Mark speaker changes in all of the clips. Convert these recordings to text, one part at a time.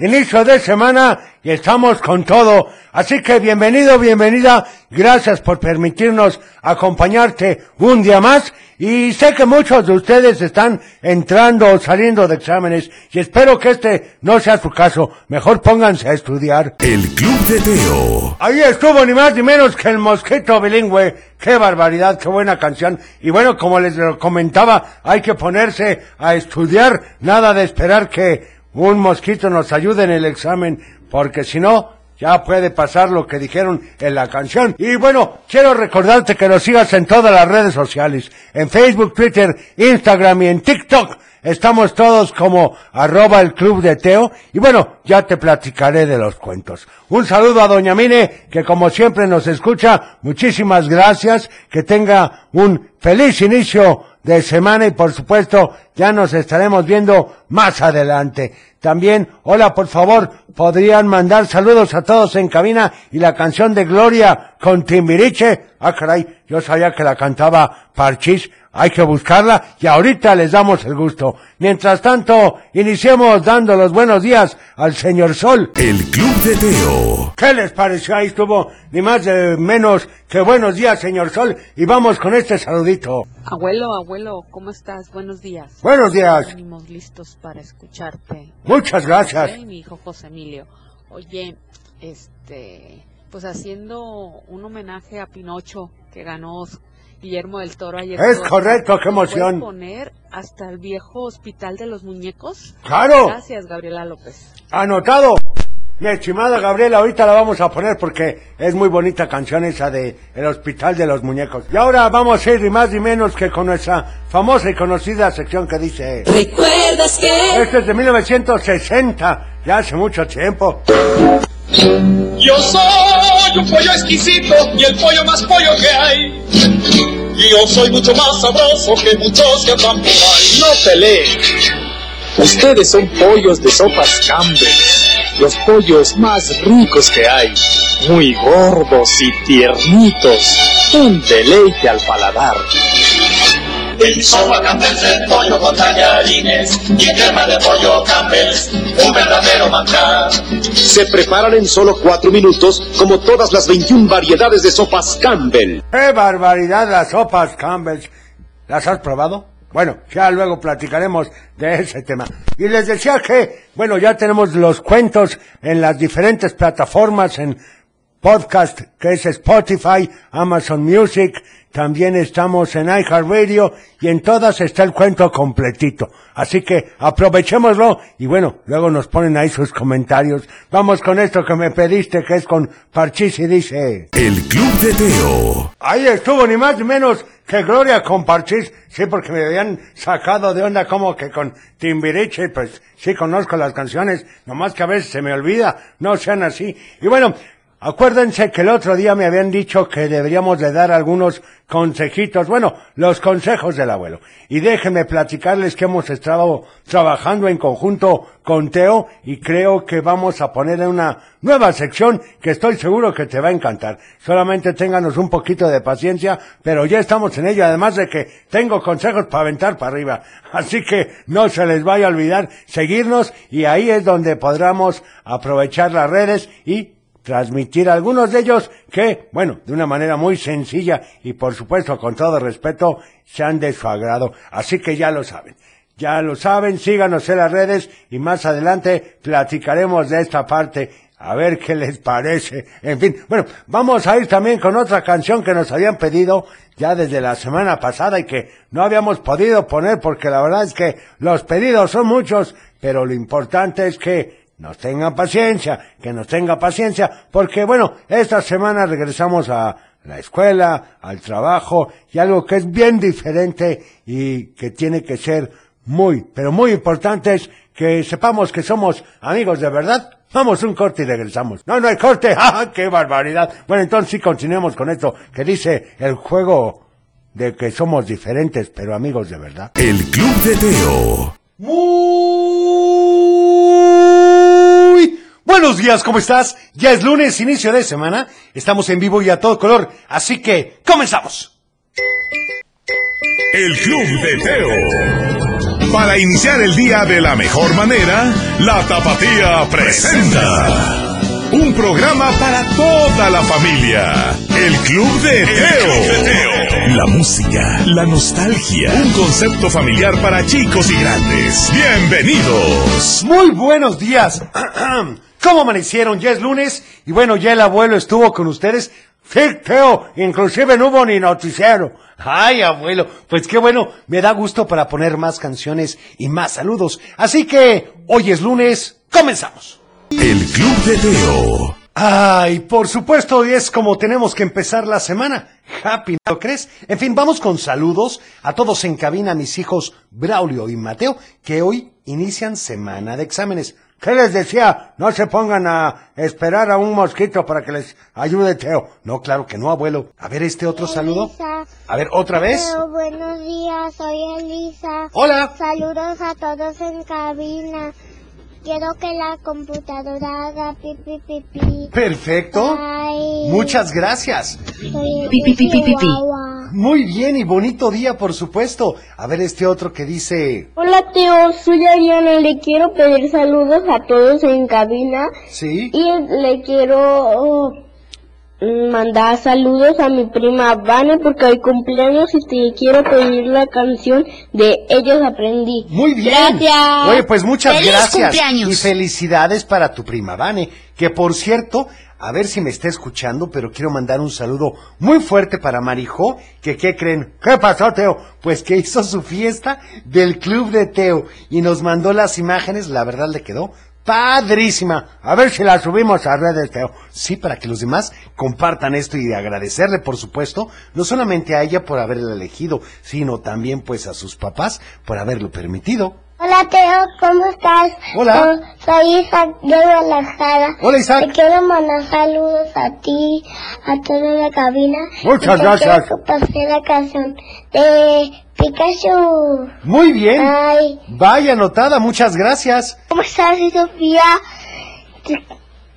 Speaker 1: inicio de semana y estamos con todo. Así que bienvenido, bienvenida. Gracias por permitirnos acompañarte un día más. Y sé que muchos de ustedes están entrando o saliendo de exámenes y espero que este no sea su caso. Mejor pónganse a estudiar.
Speaker 2: El Club de Teo.
Speaker 1: Ahí estuvo ni más ni menos que el mosquito bilingüe. Qué barbaridad, qué buena canción. Y bueno, como les lo comentaba, hay que ponerse a estudiar. Nada de esperar que un mosquito nos ayude en el examen, porque si no, ya puede pasar lo que dijeron en la canción. Y bueno, quiero recordarte que nos sigas en todas las redes sociales, en Facebook, Twitter, Instagram y en TikTok. Estamos todos como arroba el club de Teo y bueno, ya te platicaré de los cuentos. Un saludo a Doña Mine, que como siempre nos escucha. Muchísimas gracias, que tenga un feliz inicio de semana y por supuesto ya nos estaremos viendo más adelante. También, hola, por favor, podrían mandar saludos a todos en cabina y la canción de Gloria con Timbiriche. Ah, caray, yo sabía que la cantaba Parchis. Hay que buscarla y ahorita les damos el gusto. Mientras tanto, iniciemos dando los buenos días al señor Sol.
Speaker 2: El Club de Teo.
Speaker 1: ¿Qué les pareció? Ahí estuvo ni más de menos que buenos días, señor Sol. Y vamos con este saludito.
Speaker 3: Abuelo, abuelo, ¿cómo estás? Buenos días.
Speaker 1: Buenos días.
Speaker 3: Venimos listos para escucharte.
Speaker 1: Muchas gracias.
Speaker 3: Soy mi hijo José Emilio. Oye, este, pues haciendo un homenaje a Pinocho que ganó Guillermo del Toro ayer.
Speaker 1: Es correcto, qué emoción.
Speaker 3: ¿Puedes poner hasta el viejo hospital de los muñecos?
Speaker 1: Claro.
Speaker 3: Gracias, Gabriela López.
Speaker 1: Anotado. Mi estimada Gabriela, ahorita la vamos a poner porque es muy bonita canción esa de El Hospital de los Muñecos. Y ahora vamos a ir ni más ni menos que con nuestra famosa y conocida sección que dice...
Speaker 4: ¿Recuerdas que?
Speaker 1: Este es de 1960, ya hace mucho tiempo.
Speaker 5: Yo soy un pollo exquisito y el pollo más pollo que hay. Y yo soy mucho más sabroso que muchos que andan por ahí.
Speaker 6: No peleen. Ustedes son pollos de sopas Campbell. Los pollos más ricos que hay. Muy gordos y tiernitos. Un deleite al paladar.
Speaker 5: El sopa Campbell es el pollo con tallarines y crema de pollo Campbell, un verdadero manjar.
Speaker 6: Se preparan en solo 4 minutos como todas las 21 variedades de sopas Campbell.
Speaker 1: ¡Qué barbaridad las sopas Campbell's! ¿Las has probado? Bueno, ya luego platicaremos de ese tema. Y les decía que, bueno, ya tenemos los cuentos en las diferentes plataformas, en podcast que es Spotify, Amazon Music, también estamos en iHeartRadio y en todas está el cuento completito. Así que aprovechémoslo y bueno, luego nos ponen ahí sus comentarios. Vamos con esto que me pediste que es con Parchís y dice...
Speaker 2: El Club de Teo.
Speaker 1: Ahí estuvo ni más ni menos que Gloria con Parchís, sí, porque me habían sacado de onda como que con Timbiriche, pues sí conozco las canciones, nomás que a veces se me olvida, no sean así. Y bueno, acuérdense que el otro día me habían dicho que deberíamos de dar algunos consejitos, bueno, los consejos del abuelo. Y déjenme platicarles que hemos estado trabajando en conjunto con Teo y creo que vamos a poner en una nueva sección que estoy seguro que te va a encantar. Solamente ténganos un poquito de paciencia, pero ya estamos en ello, además de que tengo consejos para aventar para arriba. Así que no se les vaya a olvidar seguirnos y ahí es donde podremos aprovechar las redes y transmitir algunos de ellos que, bueno, de una manera muy sencilla y por supuesto con todo respeto, sean de su agrado. Así que ya lo saben. Ya lo saben, síganos en las redes y más adelante platicaremos de esta parte. A ver qué les parece. En fin, bueno, vamos a ir también con otra canción que nos habían pedido ya desde la semana pasada y que no habíamos podido poner porque la verdad es que los pedidos son muchos, pero lo importante es que nos tengan paciencia, que nos tenga paciencia, porque bueno, esta semana regresamos a la escuela, al trabajo y algo que es bien diferente y que tiene que ser muy, pero muy importante es que sepamos que somos amigos de verdad. Vamos un corte y regresamos. No, no hay corte. ¡Ah, qué barbaridad! Bueno, entonces sí continuemos con esto que dice el juego de que somos diferentes, pero amigos de verdad.
Speaker 2: El Club de Teo.
Speaker 1: Muy buenos días, ¿cómo estás? Ya es lunes, inicio de semana. Estamos en vivo y a todo color, así que comenzamos.
Speaker 2: El Club de Teo. Para iniciar el día de la mejor manera, la Tapatía presenta un programa para toda la familia. El Club de Teo. La música, la nostalgia, un concepto familiar para chicos y grandes. Bienvenidos.
Speaker 1: Muy buenos días. ¿Cómo amanecieron? Ya es lunes y bueno, ya el abuelo estuvo con ustedes. Sí, Teo, inclusive no hubo ni noticiero. Ay, abuelo, pues qué bueno, me da gusto para poner más canciones y más saludos. Así que hoy es lunes, comenzamos.
Speaker 2: El Club de Teo.
Speaker 1: Ay, por supuesto, hoy es como tenemos que empezar la semana. Happy, ¿no crees? En fin, vamos con saludos a todos en cabina, a mis hijos Braulio y Mateo, que hoy inician semana de exámenes. ¿Qué les decía? No se pongan a esperar a un mosquito para que les ayude Teo. No, claro que no, abuelo. A ver este otro saludo.
Speaker 7: Elisa.
Speaker 1: A ver, otra vez.
Speaker 7: Pero buenos días, soy Elisa.
Speaker 1: Hola.
Speaker 7: Saludos a todos en cabina. Quiero que la computadora haga pi pi pi pi.
Speaker 1: Perfecto.
Speaker 7: Bye.
Speaker 1: Muchas gracias.
Speaker 7: Soy
Speaker 8: Pi, pi, pi, pi, pi, pi.
Speaker 7: Chihuahua.
Speaker 1: Muy bien y bonito día, por supuesto. A ver este otro que dice...
Speaker 7: Hola Teo, soy Ariana, le quiero pedir saludos a todos en cabina
Speaker 1: Sí.
Speaker 7: y le quiero oh, mandar saludos a mi prima Vane porque hoy cumpleaños y te quiero pedir la canción de Ellos Aprendí.
Speaker 1: Muy bien.
Speaker 7: Gracias.
Speaker 1: Oye, pues muchas
Speaker 8: Feliz
Speaker 1: gracias.
Speaker 8: cumpleaños.
Speaker 1: Y felicidades para tu prima Vane, que por cierto, a ver si me está escuchando, pero quiero mandar un saludo muy fuerte para Marijo, que qué creen? ¿Qué pasó, Teo? Pues que hizo su fiesta del Club de Teo y nos mandó las imágenes, la verdad le quedó Padrísima. A ver si la subimos a redes, Teo. Sí, para que los demás compartan esto y de agradecerle, por supuesto, no solamente a ella por haberla elegido, sino también pues a sus papás por haberlo permitido.
Speaker 7: Hola Teo, ¿cómo estás?
Speaker 1: Hola.
Speaker 7: Oh, soy Isaac de Guadalajara.
Speaker 1: Hola, Isaac.
Speaker 7: Te quiero mandar saludos a ti, a toda la cabina.
Speaker 1: Muchas
Speaker 7: Y te
Speaker 1: gracias.
Speaker 7: Quiero compartir la canción de Pikachu.
Speaker 1: Muy bien.
Speaker 7: Ay,
Speaker 1: Vaya anotada, muchas gracias.
Speaker 7: ¿cómo estás, soy Sofía? Te,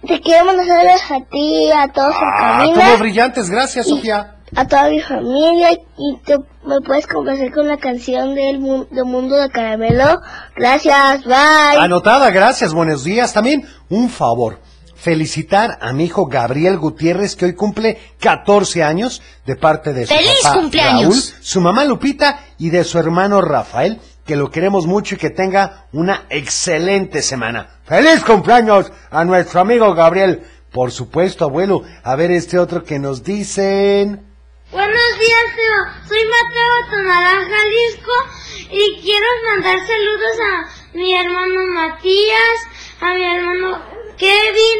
Speaker 7: te quiero mandar saludos a ti, a todos en
Speaker 1: Ah,
Speaker 7: cabina.
Speaker 1: tuvo brillantes, gracias,
Speaker 7: y
Speaker 1: Sofía.
Speaker 7: A toda mi familia y te, me puedes complacer con la canción del mu- del mundo de caramelo. Gracias, bye.
Speaker 1: Ah, Anotada, gracias, buenos días. También un favor, felicitar a mi hijo Gabriel Gutiérrez, que hoy cumple 14 años, de parte de su
Speaker 8: ¡Feliz
Speaker 1: papá
Speaker 8: cumpleaños!
Speaker 1: Raúl, su mamá Lupita y de su hermano Rafael, que lo queremos mucho y que tenga una excelente semana. ¡Feliz cumpleaños a nuestro amigo Gabriel! Por supuesto, abuelo. A ver este otro que nos dicen...
Speaker 7: Buenos días, Teo. Soy Mateo Tonalá, Jalisco, y quiero mandar saludos a mi hermano Matías, a mi hermano Kevin,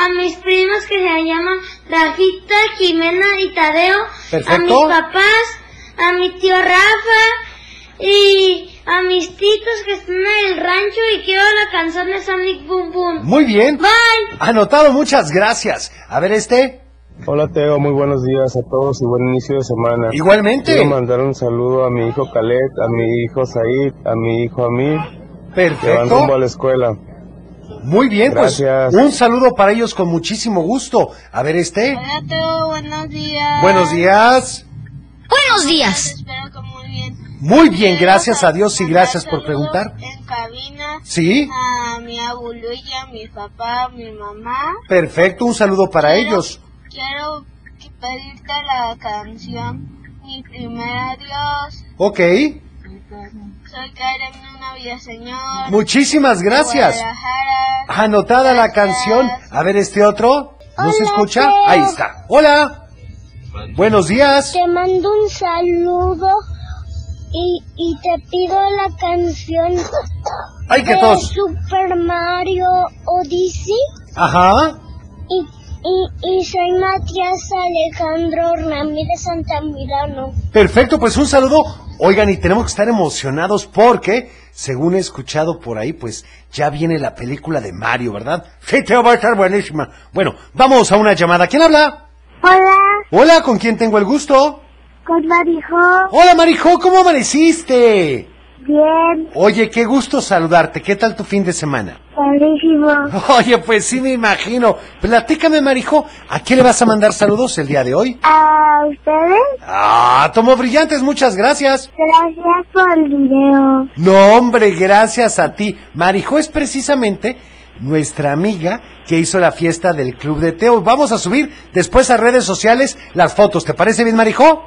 Speaker 7: a mis primos que se llaman Rafita, Jimena y Tadeo, a mis
Speaker 1: Perfecto.
Speaker 7: papás, a mi tío Rafa y a mis titos que están en el rancho y quiero la canción de Sonic Boom Boom.
Speaker 1: Muy bien.
Speaker 7: Bye.
Speaker 1: Anotado, muchas gracias. A ver este.
Speaker 9: Hola Teo, muy buenos días a todos y buen inicio de semana.
Speaker 1: Igualmente.
Speaker 9: Quiero mandar un saludo a mi hijo Khaled, a mi hijo Said, a mi hijo Amir, que van rumbo a
Speaker 1: Perfecto.
Speaker 9: la escuela.
Speaker 1: Muy bien,
Speaker 9: Gracias.
Speaker 1: pues un saludo para ellos con muchísimo gusto. A ver este.
Speaker 7: Hola, Teo. Buenos días.
Speaker 1: Buenos días.
Speaker 8: Buenos días.
Speaker 7: Espero que muy bien.
Speaker 1: Muy bien, gracias a Dios y gracias por preguntar.
Speaker 7: En cabina
Speaker 1: Sí,
Speaker 7: a mi abuelo y a mi papá, a mi mamá.
Speaker 1: perfecto, un saludo para ellos.
Speaker 7: Quiero pedirte la canción Mi primer adiós.
Speaker 1: Ok,
Speaker 7: Soy Karen, una vida señor.
Speaker 1: muchísimas gracias.
Speaker 7: Guadalajara.
Speaker 1: Anotada la canción. A ver este otro. ¿No se
Speaker 7: Hola,
Speaker 1: escucha?
Speaker 7: Teo.
Speaker 1: Ahí está. Hola. Buenos días.
Speaker 7: Te mando un saludo y, y te pido la canción
Speaker 1: Ay, que
Speaker 7: de
Speaker 1: tos.
Speaker 7: Super Mario Odyssey.
Speaker 1: Ajá.
Speaker 7: Y, y, y soy Matías Alejandro Ramírez Santamirano.
Speaker 1: Perfecto, pues un saludo. Oigan, y tenemos que estar emocionados porque, según he escuchado por ahí, pues ya viene la película de Mario, ¿verdad? Sí, te va a estar buenísima. Bueno, vamos a una llamada. ¿Quién habla?
Speaker 7: Hola,
Speaker 1: Hola, ¿con quién tengo el gusto?
Speaker 7: con Marijo.
Speaker 1: Hola Marijo, ¿cómo amaneciste?
Speaker 7: Bien,
Speaker 1: Oye, qué gusto saludarte. ¿Qué tal tu fin de semana?
Speaker 7: padrísimo.
Speaker 1: Oye, pues sí me imagino. Platícame, Marijo, ¿a quién le vas a mandar saludos el día de hoy?
Speaker 7: A ustedes,
Speaker 1: Ah, Tomo Brillantes, muchas gracias.
Speaker 7: gracias por el video.
Speaker 1: No, hombre, gracias a ti. Marijo es precisamente nuestra amiga que hizo la fiesta del Club de Teo. Vamos a subir después a redes sociales las fotos. ¿Te parece bien, Marijo?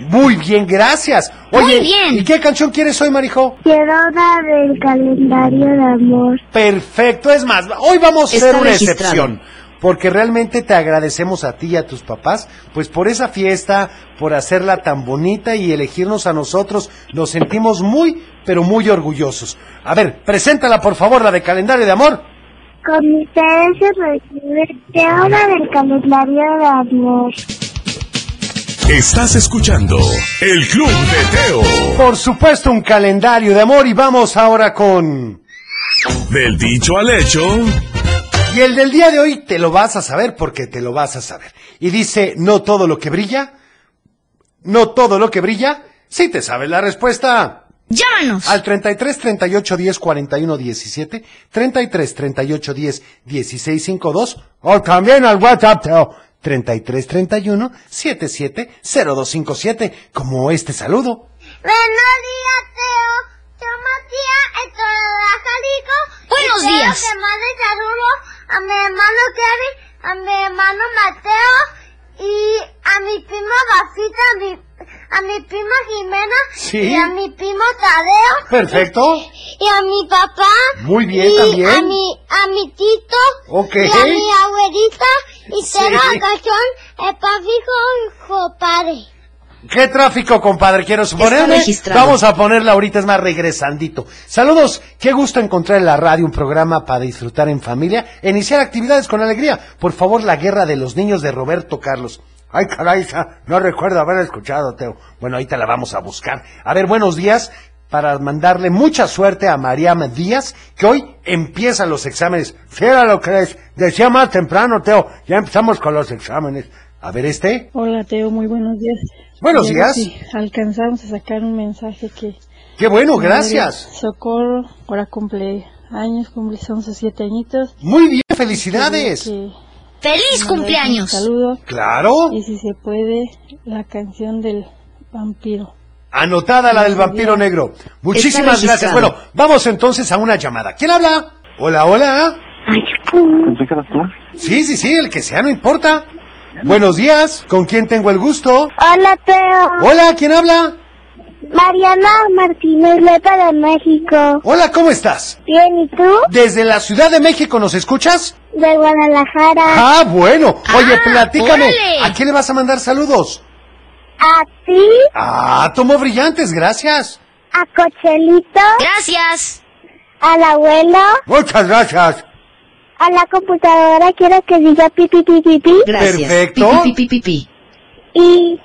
Speaker 1: Muy bien, gracias. Oye,
Speaker 10: Muy bien.
Speaker 1: ¿y qué canción quieres hoy, Marijo?
Speaker 7: Quiero una del calendario de amor.
Speaker 1: Perfecto, es más, hoy vamos a
Speaker 10: Está
Speaker 1: ser una
Speaker 10: registrado.
Speaker 1: excepción. Porque realmente te agradecemos a ti y a tus papás, pues por esa fiesta, por hacerla tan bonita y elegirnos a nosotros, nos sentimos muy, pero muy orgullosos. A ver, preséntala por favor, la de calendario de amor.
Speaker 7: Con ustedes se recibe Quiero una del calendario de amor.
Speaker 2: Estás escuchando El Club de Teo.
Speaker 1: Por supuesto, un calendario de amor y vamos ahora con...
Speaker 2: Del dicho al hecho,
Speaker 1: Y el del día de hoy te lo vas a saber porque te lo vas a saber. Y dice, no todo lo que brilla, no todo lo que brilla, si te sabes la respuesta.
Speaker 10: Llámanos.
Speaker 1: Al 33 38 10 41 17, 33 38 10 16 52, o también al WhatsApp Teo, 33 31 77 0257, como este saludo.
Speaker 7: Buenos días, Teo. Yo, Matías, estoy de Jalisco.
Speaker 10: Buenos
Speaker 7: Y quiero
Speaker 10: días.
Speaker 7: que mande saludos a mi hermano Kevin, a mi hermano Mateo y a mi prima Basita, a mi, a mi prima Jimena
Speaker 1: Sí.
Speaker 7: y a mi primo Tadeo
Speaker 1: Perfecto.
Speaker 7: y a mi papá.
Speaker 1: Muy bien,
Speaker 7: y
Speaker 1: también.
Speaker 7: A mi, a mi tito.
Speaker 1: Ok.
Speaker 7: Y a mi abuelita. Y eh,
Speaker 1: Sí.
Speaker 7: Teo Agachón, el papijo, compadre.
Speaker 1: ¿Qué tráfico, compadre? Quiero suponerme.
Speaker 10: registrado.
Speaker 1: Vamos a ponerla ahorita, es más, regresandito. Saludos, qué gusto encontrar en la radio un programa para disfrutar en familia e iniciar actividades con alegría. Por favor, La Guerra de los Niños de Roberto Carlos.
Speaker 11: Ay, caray, esa no recuerdo haber escuchado, Teo.
Speaker 1: Bueno, ahorita la vamos a buscar. A ver, buenos días para mandarle mucha suerte a Mariam Díaz, que hoy empiezan los exámenes.
Speaker 11: Fiera lo crees. Decía más temprano, Teo. Ya empezamos con los exámenes.
Speaker 1: A ver, este.
Speaker 12: Hola Teo, muy buenos días.
Speaker 1: Buenos
Speaker 12: Ya
Speaker 1: días.
Speaker 12: sí, alcanzamos a sacar un mensaje que...
Speaker 1: Qué bueno, gracias.
Speaker 12: Madre, socorro, ahora cumple años, cumple 11, 7 añitos.
Speaker 1: Muy bien, felicidades.
Speaker 12: Quería
Speaker 10: ¡Feliz
Speaker 12: que
Speaker 10: cumpleaños!
Speaker 12: mandaras Un saludo
Speaker 1: Claro.
Speaker 12: y si se puede, la canción del vampiro.
Speaker 1: Anotada la del vampiro negro. Muchísimas gracias.
Speaker 10: registrado.
Speaker 1: Bueno, vamos entonces a una llamada. ¿Quién habla? Hola, hola. Sí, sí, sí, el que sea, no importa. Buenos días. ¿Con quién tengo el gusto?
Speaker 7: Hola, Teo.
Speaker 1: Hola, ¿quién habla?
Speaker 7: Mariana Martínez Leta de México.
Speaker 1: Hola, ¿cómo estás?
Speaker 7: Bien, ¿y tú?
Speaker 1: ¿Desde la Ciudad de México nos escuchas?
Speaker 7: De Guadalajara.
Speaker 1: Ah, bueno. Oye,
Speaker 10: Ah,
Speaker 1: platícame.
Speaker 10: órale.
Speaker 1: ¿A quién le vas a mandar saludos?
Speaker 7: A ti,
Speaker 1: Ah, tomo brillantes, gracias.
Speaker 7: a Cochelito,
Speaker 10: Gracias.
Speaker 7: al abuelo,
Speaker 1: Muchas gracias.
Speaker 7: a la computadora, quiero que diga pi, pi, pi, pi, pi.
Speaker 10: Gracias.
Speaker 1: Perfecto.
Speaker 10: Pi, pi, pi, pi, pi.
Speaker 7: Y,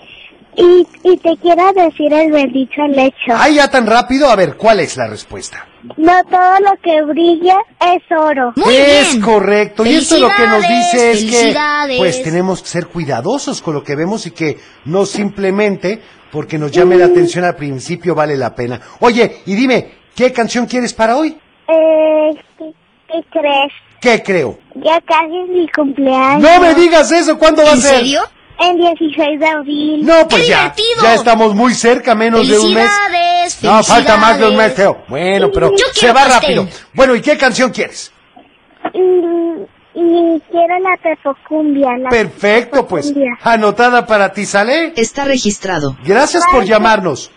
Speaker 7: y, y te quiero decir el bendito hecho.
Speaker 1: Ay, ya tan rápido. A ver, ¿cuál es la respuesta?
Speaker 7: No todo lo que brilla es oro.
Speaker 10: Muy
Speaker 1: es
Speaker 10: bien.
Speaker 1: correcto. Y esto lo que nos dice es que
Speaker 10: Felicidades.
Speaker 1: pues tenemos que ser cuidadosos con lo que vemos y que no simplemente porque nos llame la atención al principio vale la pena. Oye, y dime, ¿qué canción quieres para hoy?
Speaker 7: Eh, ¿qué, qué crees?
Speaker 1: ¿Qué creo?
Speaker 7: Ya casi es mi cumpleaños.
Speaker 1: No me digas eso, ¿cuándo va a
Speaker 10: ¿En
Speaker 1: ser?
Speaker 10: serio?
Speaker 7: El 16 de abril.
Speaker 1: No, pues
Speaker 10: ¡Qué
Speaker 1: ya,
Speaker 10: divertido!
Speaker 1: ya estamos muy cerca, menos de un mes.
Speaker 10: Felicidades.
Speaker 1: No, falta más de un mes,
Speaker 10: felicidades.
Speaker 1: Teo. Bueno, pero
Speaker 10: Yo
Speaker 1: se
Speaker 10: quiero
Speaker 1: va
Speaker 10: pastel.
Speaker 1: rápido. Bueno, ¿y qué canción quieres?
Speaker 7: Y, y quiero la pepocumbia. La
Speaker 1: Perfecto, pues.
Speaker 7: pepocumbia.
Speaker 1: Anotada para ti, ¿sale?
Speaker 10: Está registrado.
Speaker 1: Gracias por llamarnos.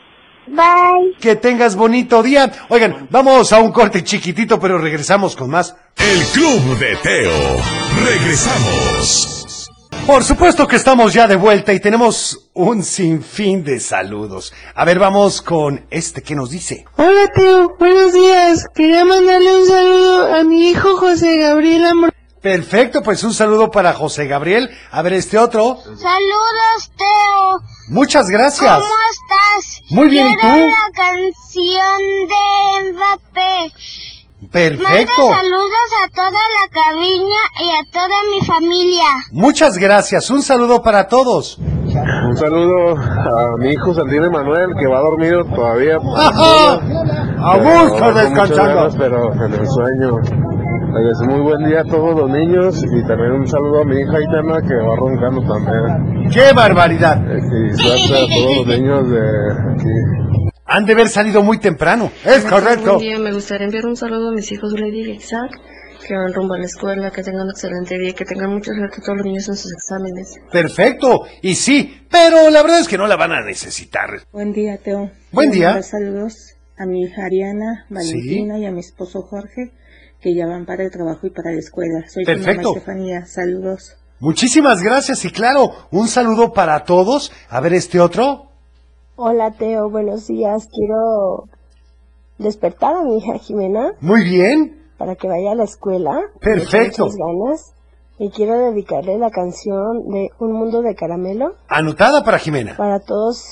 Speaker 7: Bye.
Speaker 1: Que tengas bonito día. Oigan, vamos a un corte chiquitito, pero regresamos con más.
Speaker 2: El Club de Teo. Regresamos.
Speaker 1: Por supuesto que estamos ya de vuelta y tenemos un sinfín de saludos. A ver, vamos con este que nos dice.
Speaker 12: Hola Teo, buenos días. Quería mandarle un saludo a mi hijo José Gabriel
Speaker 1: Perfecto, pues un saludo para José Gabriel. A ver, este otro.
Speaker 7: Saludos, Teo.
Speaker 1: Muchas gracias.
Speaker 7: ¿Cómo estás?
Speaker 1: Muy bien, ¿y
Speaker 7: Quiero
Speaker 1: tú?
Speaker 7: la canción de Mbappé. Manda
Speaker 1: Perfecto.
Speaker 7: saludos a toda la cabina y a toda mi familia.
Speaker 1: Muchas gracias. Un saludo para todos.
Speaker 9: un saludo a mi hijo Santino Manuel, que va dormido todavía.
Speaker 13: A
Speaker 9: Pero
Speaker 13: gusto
Speaker 9: con muchas
Speaker 13: descansando.
Speaker 9: ganas, pero en el sueño. Oye, es muy buen día a todos los niños y también un saludo a mi hija Itana que va roncando también.
Speaker 1: ¡Qué barbaridad!
Speaker 9: Y suerte a todos los niños de aquí.
Speaker 1: Han de haber salido muy temprano. Es correcto.
Speaker 14: Buen día, me gustaría enviar un saludo a mis hijos Lady y Isaac, que van rumbo a la escuela, que tengan un excelente día, que tengan mucha suerte todos los niños en sus exámenes.
Speaker 1: Perfecto. Y sí, pero la verdad es que no la van a necesitar.
Speaker 15: Buen día, Teo.
Speaker 1: Buen
Speaker 15: Quiero
Speaker 1: día.
Speaker 15: mandar Saludos a mi hija Ariana, Valentina y a mi esposo Jorge, que ya van para el trabajo y para la escuela. Soy tu mamá,
Speaker 1: Perfecto.
Speaker 15: Estefanía. Saludos.
Speaker 1: Muchísimas gracias y claro, un saludo para todos. A ver este otro.
Speaker 16: Hola Teo, buenos días. Quiero despertar a mi hija Jimena
Speaker 1: Muy bien.
Speaker 16: para que vaya a la escuela.
Speaker 1: Perfecto.
Speaker 16: Muchas ganas. Y quiero dedicarle la canción de Un Mundo de Caramelo
Speaker 1: Anotada para Jimena.
Speaker 16: para todos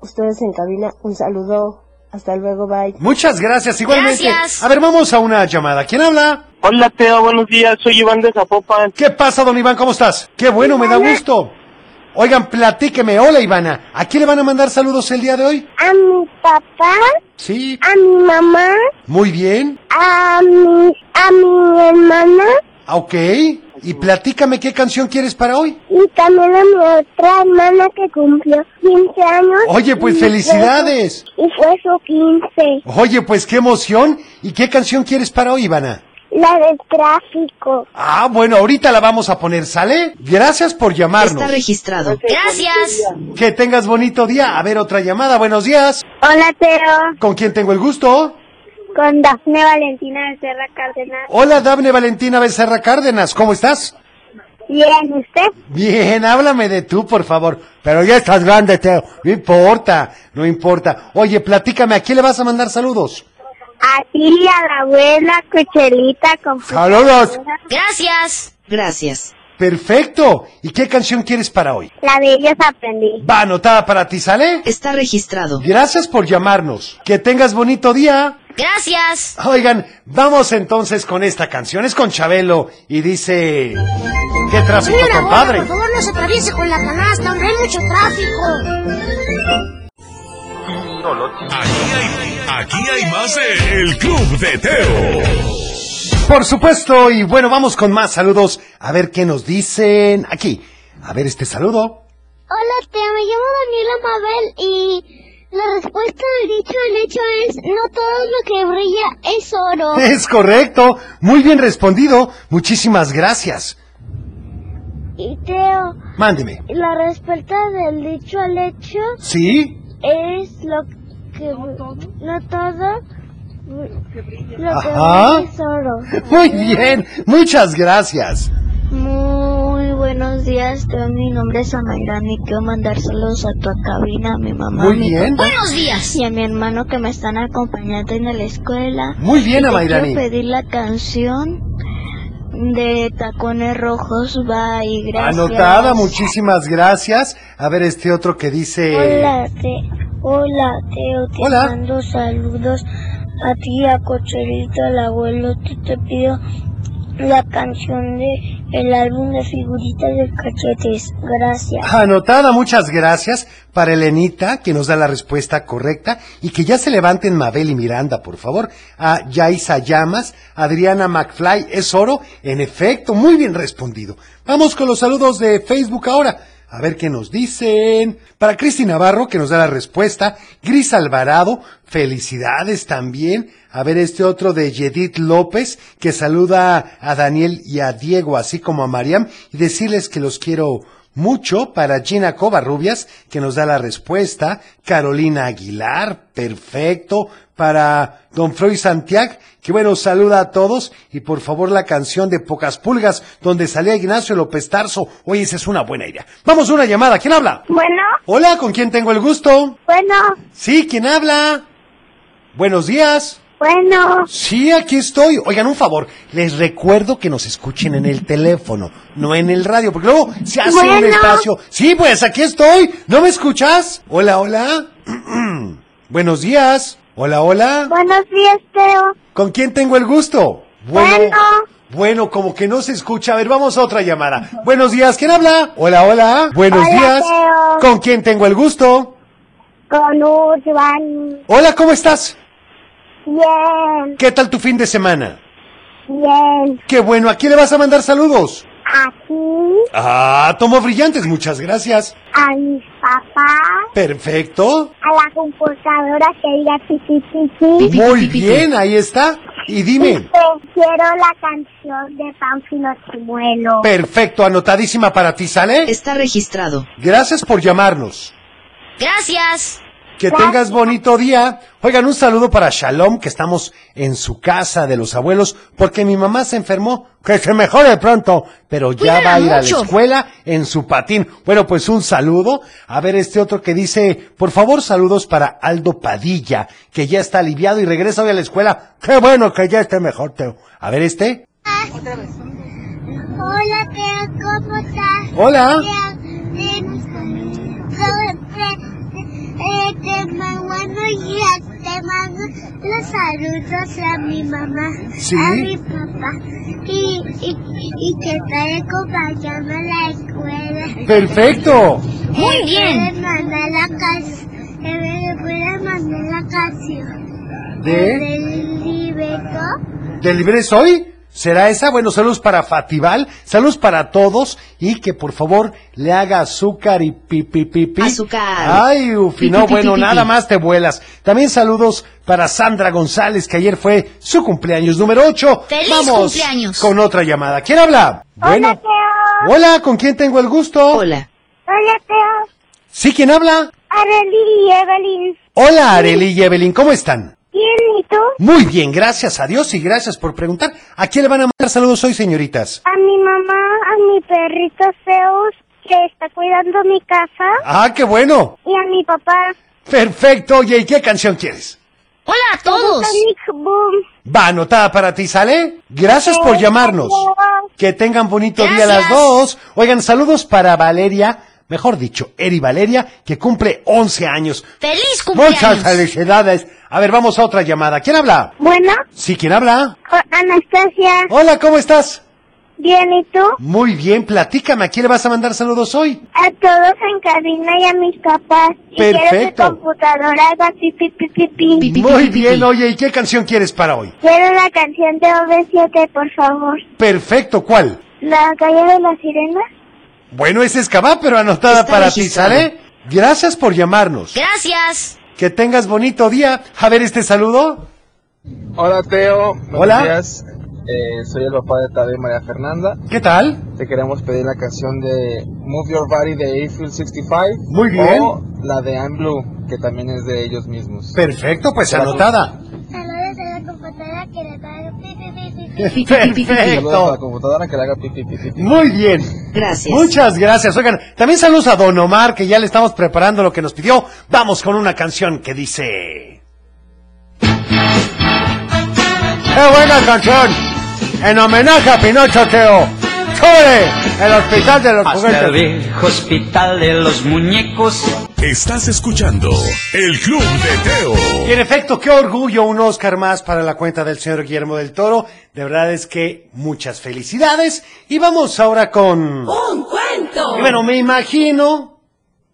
Speaker 16: ustedes en cabina. Un saludo. Hasta luego, bye.
Speaker 1: Muchas gracias igualmente.
Speaker 16: Gracias.
Speaker 1: A ver, vamos a una llamada. ¿Quién habla?
Speaker 17: Hola Teo, buenos días. Soy Iván de Zapopan.
Speaker 1: ¿Qué pasa, don Iván? ¿Cómo estás? Qué bueno, me da gusto. Oigan, platíqueme. Hola, Ivana. ¿A quién le van a mandar saludos el día de hoy?
Speaker 7: A mi papá,
Speaker 1: Sí.
Speaker 7: a mi mamá,
Speaker 1: Muy bien.
Speaker 7: a mi, a mi hermana
Speaker 1: Ah, Ok. Y platícame qué canción quieres para hoy.
Speaker 7: y también a mi otra hermana que cumplió 15 años.
Speaker 1: Oye, pues,
Speaker 7: Y fue su-
Speaker 1: felicidades.
Speaker 7: Y fue su 15,
Speaker 1: Oye, pues qué emoción. ¿Y qué canción quieres para hoy, Ivana?
Speaker 7: la del tráfico.
Speaker 1: Ah, bueno, ahorita la vamos a poner, ¿sale? Gracias por llamarnos.
Speaker 3: registrado.
Speaker 7: Gracias.
Speaker 1: Que tengas bonito día. A ver, otra llamada. Buenos días.
Speaker 7: Hola, Teo.
Speaker 1: ¿Con quién tengo el gusto?
Speaker 7: Con Dafne Valentina Becerra Cárdenas.
Speaker 1: Hola, Dafne Valentina Becerra Cárdenas. ¿Cómo estás?
Speaker 7: Bien, ¿usted?
Speaker 1: Bien, háblame de tú, por favor. Pero ya estás grande, Teo. No importa, no importa. Oye, platícame, ¿a quién le vas a mandar saludos?
Speaker 7: A ti y a la abuela Cochelita con
Speaker 1: Saludos.
Speaker 7: Gracias.
Speaker 1: Gracias. Perfecto. ¿Y qué canción quieres para hoy?
Speaker 7: La de ellos aprendí.
Speaker 1: Va anotada para ti, ¿sale? Está registrado. Gracias por llamarnos. Que tengas bonito día.
Speaker 7: Gracias.
Speaker 1: Oigan, vamos entonces con esta canción. Es con Chabelo y dice... ¡Qué tráfico,
Speaker 18: Señora, abuela,
Speaker 1: compadre!
Speaker 18: Por favor, no se atraviese con la canasta, hombre, hay mucho tráfico.
Speaker 2: Aquí hay, aquí hay más de El Club de Teo.
Speaker 1: Por supuesto, y bueno, vamos con más saludos. A ver qué nos dicen aquí. A ver este saludo.
Speaker 8: Hola, te me llamo Daniela Mabel y la respuesta al dicho al hecho es no todo lo que brilla es oro.
Speaker 1: Es correcto. Muy bien respondido. Muchísimas gracias.
Speaker 8: Y Teo,
Speaker 1: Mándeme.
Speaker 8: la respuesta del dicho al hecho
Speaker 1: ¿Sí?
Speaker 8: es lo que no todo, no todo lo que
Speaker 1: Ajá.
Speaker 8: brilla es oro.
Speaker 1: Muy bien. Muchas gracias.
Speaker 19: Muy buenos días, Teo. Mi nombre es Amairani. Quiero mandárselos a tu cabina, a mi mamá,
Speaker 1: Muy
Speaker 19: a mi
Speaker 1: bien.
Speaker 19: papá
Speaker 1: Buenos
Speaker 19: días. y a mi hermano que me están acompañando en la escuela.
Speaker 1: Muy bien,
Speaker 19: Y te
Speaker 1: Amairani.
Speaker 19: Quiero pedir la canción de Tacones Rojos. Bye, gracias.
Speaker 1: Anotada, muchísimas gracias. A ver este otro que dice...
Speaker 19: Hola, Te- hola, Teo. Te
Speaker 1: Hola.
Speaker 19: mando saludos a ti, a Cocherito, al abuelo. Te, te pido la canción de el álbum de figuritas de cachetes. Gracias.
Speaker 1: Anotada, muchas gracias para Elenita, que nos da la respuesta correcta, y que ya se levanten Mabel y Miranda, por favor. A Yaisa Llamas, Adriana McFly, es oro, en efecto, muy bien respondido. Vamos con los saludos de Facebook ahora. A ver qué nos dicen. Para Cristi Navarro, que nos da la respuesta. Gris Alvarado, felicidades también. A ver este otro de Yedith López, que saluda a Daniel y a Diego, así como a Mariam, y decirles que los quiero mucho para Gina Covarrubias, que nos da la respuesta. Carolina Aguilar, perfecto. Para Don Freud Santiago, que bueno, saluda a todos. Y por favor, la canción de Pocas Pulgas, donde salía Ignacio López Tarso. Oye, esa es una buena idea. Vamos a una llamada. ¿Quién habla?
Speaker 7: Bueno,
Speaker 1: Hola, ¿con quién tengo el gusto?
Speaker 7: bueno,
Speaker 1: Sí, ¿quién habla? Buenos días.
Speaker 7: bueno.
Speaker 1: Sí, aquí estoy. Oigan, un favor, les recuerdo que nos escuchen en el teléfono, no en el radio, porque luego se hace un
Speaker 7: Bueno.
Speaker 1: espacio. Sí, pues aquí estoy. ¿No me escuchas? Hola, hola. Buenos días. Hola, hola.
Speaker 7: Buenos días, Teo.
Speaker 1: ¿Con quién tengo el gusto?
Speaker 7: Bueno.
Speaker 1: Bueno, como que no se escucha. A ver, vamos a otra llamada. Buenos días, ¿quién habla? Hola, hola. Buenos
Speaker 7: Hola,
Speaker 1: días.
Speaker 7: Teo.
Speaker 1: ¿Con quién tengo el gusto?
Speaker 7: Con Urban.
Speaker 1: Hola, ¿cómo estás?
Speaker 7: Bien,
Speaker 1: ¿Qué tal tu fin de semana?
Speaker 7: bien.
Speaker 1: Qué bueno, ¿a quién le vas a mandar saludos?
Speaker 7: Aquí,
Speaker 1: Ah, tomo brillantes, muchas gracias.
Speaker 7: a mis papás,
Speaker 1: Perfecto.
Speaker 7: a la computadora que diga piqui piqui.
Speaker 1: Muy bien, ahí está. Y
Speaker 7: Y
Speaker 1: dime.
Speaker 7: te quiero la canción de Pánfilo Chimuelo.
Speaker 1: Perfecto, anotadísima para ti, ¿sale?
Speaker 8: Está registrado.
Speaker 1: Gracias por llamarnos.
Speaker 8: Gracias.
Speaker 1: Que tengas bonito día. Oigan, un saludo para Shalom, que estamos en su casa de los abuelos, porque mi mamá se enfermó. Que se mejore pronto, pero ya
Speaker 8: Cuídala
Speaker 1: va a ir a la
Speaker 8: mucho.
Speaker 1: escuela en su patín. Bueno, pues un saludo. A ver este otro que dice, por favor, saludos para Aldo Padilla, que ya está aliviado y regresa hoy a la escuela. Qué bueno que ya esté mejor, Teo. A ver este.
Speaker 7: Hola, Teo, ¿cómo estás?
Speaker 1: Hola.
Speaker 7: Teo, te- te- eh, Te mando buenos días, te mando los saludos a mi mamá,
Speaker 1: Sí.
Speaker 7: a mi papá y, y, y que estaré acompañando a la escuela.
Speaker 1: Perfecto.
Speaker 7: Muy bien. Me mandar la canción. Me puedes mandar la canción.
Speaker 1: De...
Speaker 7: Del libreto.
Speaker 1: ¿Del libres hoy? ¿Será esa? Bueno, saludos para Fatival, saludos para todos y que por favor le haga azúcar y pipi pipi.
Speaker 8: Azúcar.
Speaker 1: Ay, ufi,
Speaker 8: Pi,
Speaker 1: no,
Speaker 8: pi, pi,
Speaker 1: bueno,
Speaker 8: pi, pi,
Speaker 1: nada
Speaker 8: pi.
Speaker 1: más te vuelas. También saludos para Sandra González, que ayer fue su cumpleaños número 8.
Speaker 8: ¡Feliz
Speaker 1: Vamos
Speaker 8: cumpleaños!
Speaker 1: con otra llamada. ¿Quién habla? Bueno. Hola, ¿con quién tengo el gusto? Hola.
Speaker 7: Hola, Teo.
Speaker 1: ¿Sí, quién habla?
Speaker 7: Areli y Evelyn.
Speaker 1: Hola, Arely y Evelyn, ¿cómo están?
Speaker 7: ¿Quién y tú?
Speaker 1: Muy bien, gracias a Dios y gracias por preguntar. ¿A quién le van a mandar saludos hoy, señoritas?
Speaker 7: A mi mamá, a mi perrito Zeus, que está cuidando mi casa,
Speaker 1: Ah, qué bueno.
Speaker 7: y a mi papá.
Speaker 1: Perfecto, oye, ¿y qué canción quieres?
Speaker 7: ¡Hola a todos! Sonic Boom.
Speaker 1: Va anotada para ti, ¿sale? Gracias por llamarnos. Que tengan bonito día las
Speaker 7: Gracias.
Speaker 1: dos. Oigan, saludos para Valeria, mejor dicho, Eri Valeria, que cumple 11 años.
Speaker 7: ¡Feliz
Speaker 1: Muchas felicidades. A ver, vamos a otra llamada. ¿Quién habla?
Speaker 7: Bueno,
Speaker 1: Sí, ¿quién habla?
Speaker 7: jo- Anastasia.
Speaker 1: Hola, ¿cómo estás?
Speaker 7: Bien, ¿y tú?
Speaker 1: Muy bien, platícame, ¿a quién le vas a mandar saludos hoy?
Speaker 7: A todos en cabina y a mis papás. Y quiero
Speaker 1: Perfecto.
Speaker 7: que computadora haga pi, pi, pi, pi, pi.
Speaker 1: Muy bien, oye, ¿y qué canción quieres para hoy?
Speaker 7: Quiero la canción de OV7, por favor.
Speaker 1: Perfecto, ¿cuál?
Speaker 7: La calle de las sirenas.
Speaker 1: Bueno, esa es Cabá, pero anotada
Speaker 7: Está
Speaker 1: para
Speaker 7: registrado.
Speaker 1: ti, ¿sale? Gracias por llamarnos.
Speaker 7: Gracias.
Speaker 1: Que tengas bonito día. A ver este saludo.
Speaker 9: Hola Teo, buenos
Speaker 1: Hola.
Speaker 9: días. Eh, soy el papá de Tadeo y María Fernanda.
Speaker 1: ¿Qué tal?
Speaker 9: Te queremos pedir la canción de Move Your Body de April 65.
Speaker 1: Muy bien.
Speaker 9: O la de I'm Blue, que también es de ellos mismos.
Speaker 1: Perfecto, pues
Speaker 9: Gracias.
Speaker 1: anotada.
Speaker 7: Saludos a la computadora que le pago pi, pi, pi, pi, pi.
Speaker 9: Saludos a la
Speaker 1: Perfecto.
Speaker 9: computadora que le haga pipi pipi.
Speaker 1: Muy bien.
Speaker 8: Gracias.
Speaker 1: Muchas gracias. Oigan, también saludos a Don Omar, que ya le estamos preparando lo que nos pidió. Vamos con una canción que dice... ¡Qué buena canción! En homenaje a Pinocho Teo. ¡Sobre el hospital de los
Speaker 6: Hasta el
Speaker 1: juguetes!
Speaker 6: viejo hospital de los muñecos.
Speaker 2: Estás escuchando El Club de Teo.
Speaker 1: Y en efecto, qué orgullo, un Oscar más para la cuenta del señor Guillermo del Toro. De verdad es que muchas felicidades. Y vamos ahora con...
Speaker 7: ¡Un cuento!
Speaker 1: Y bueno, me imagino,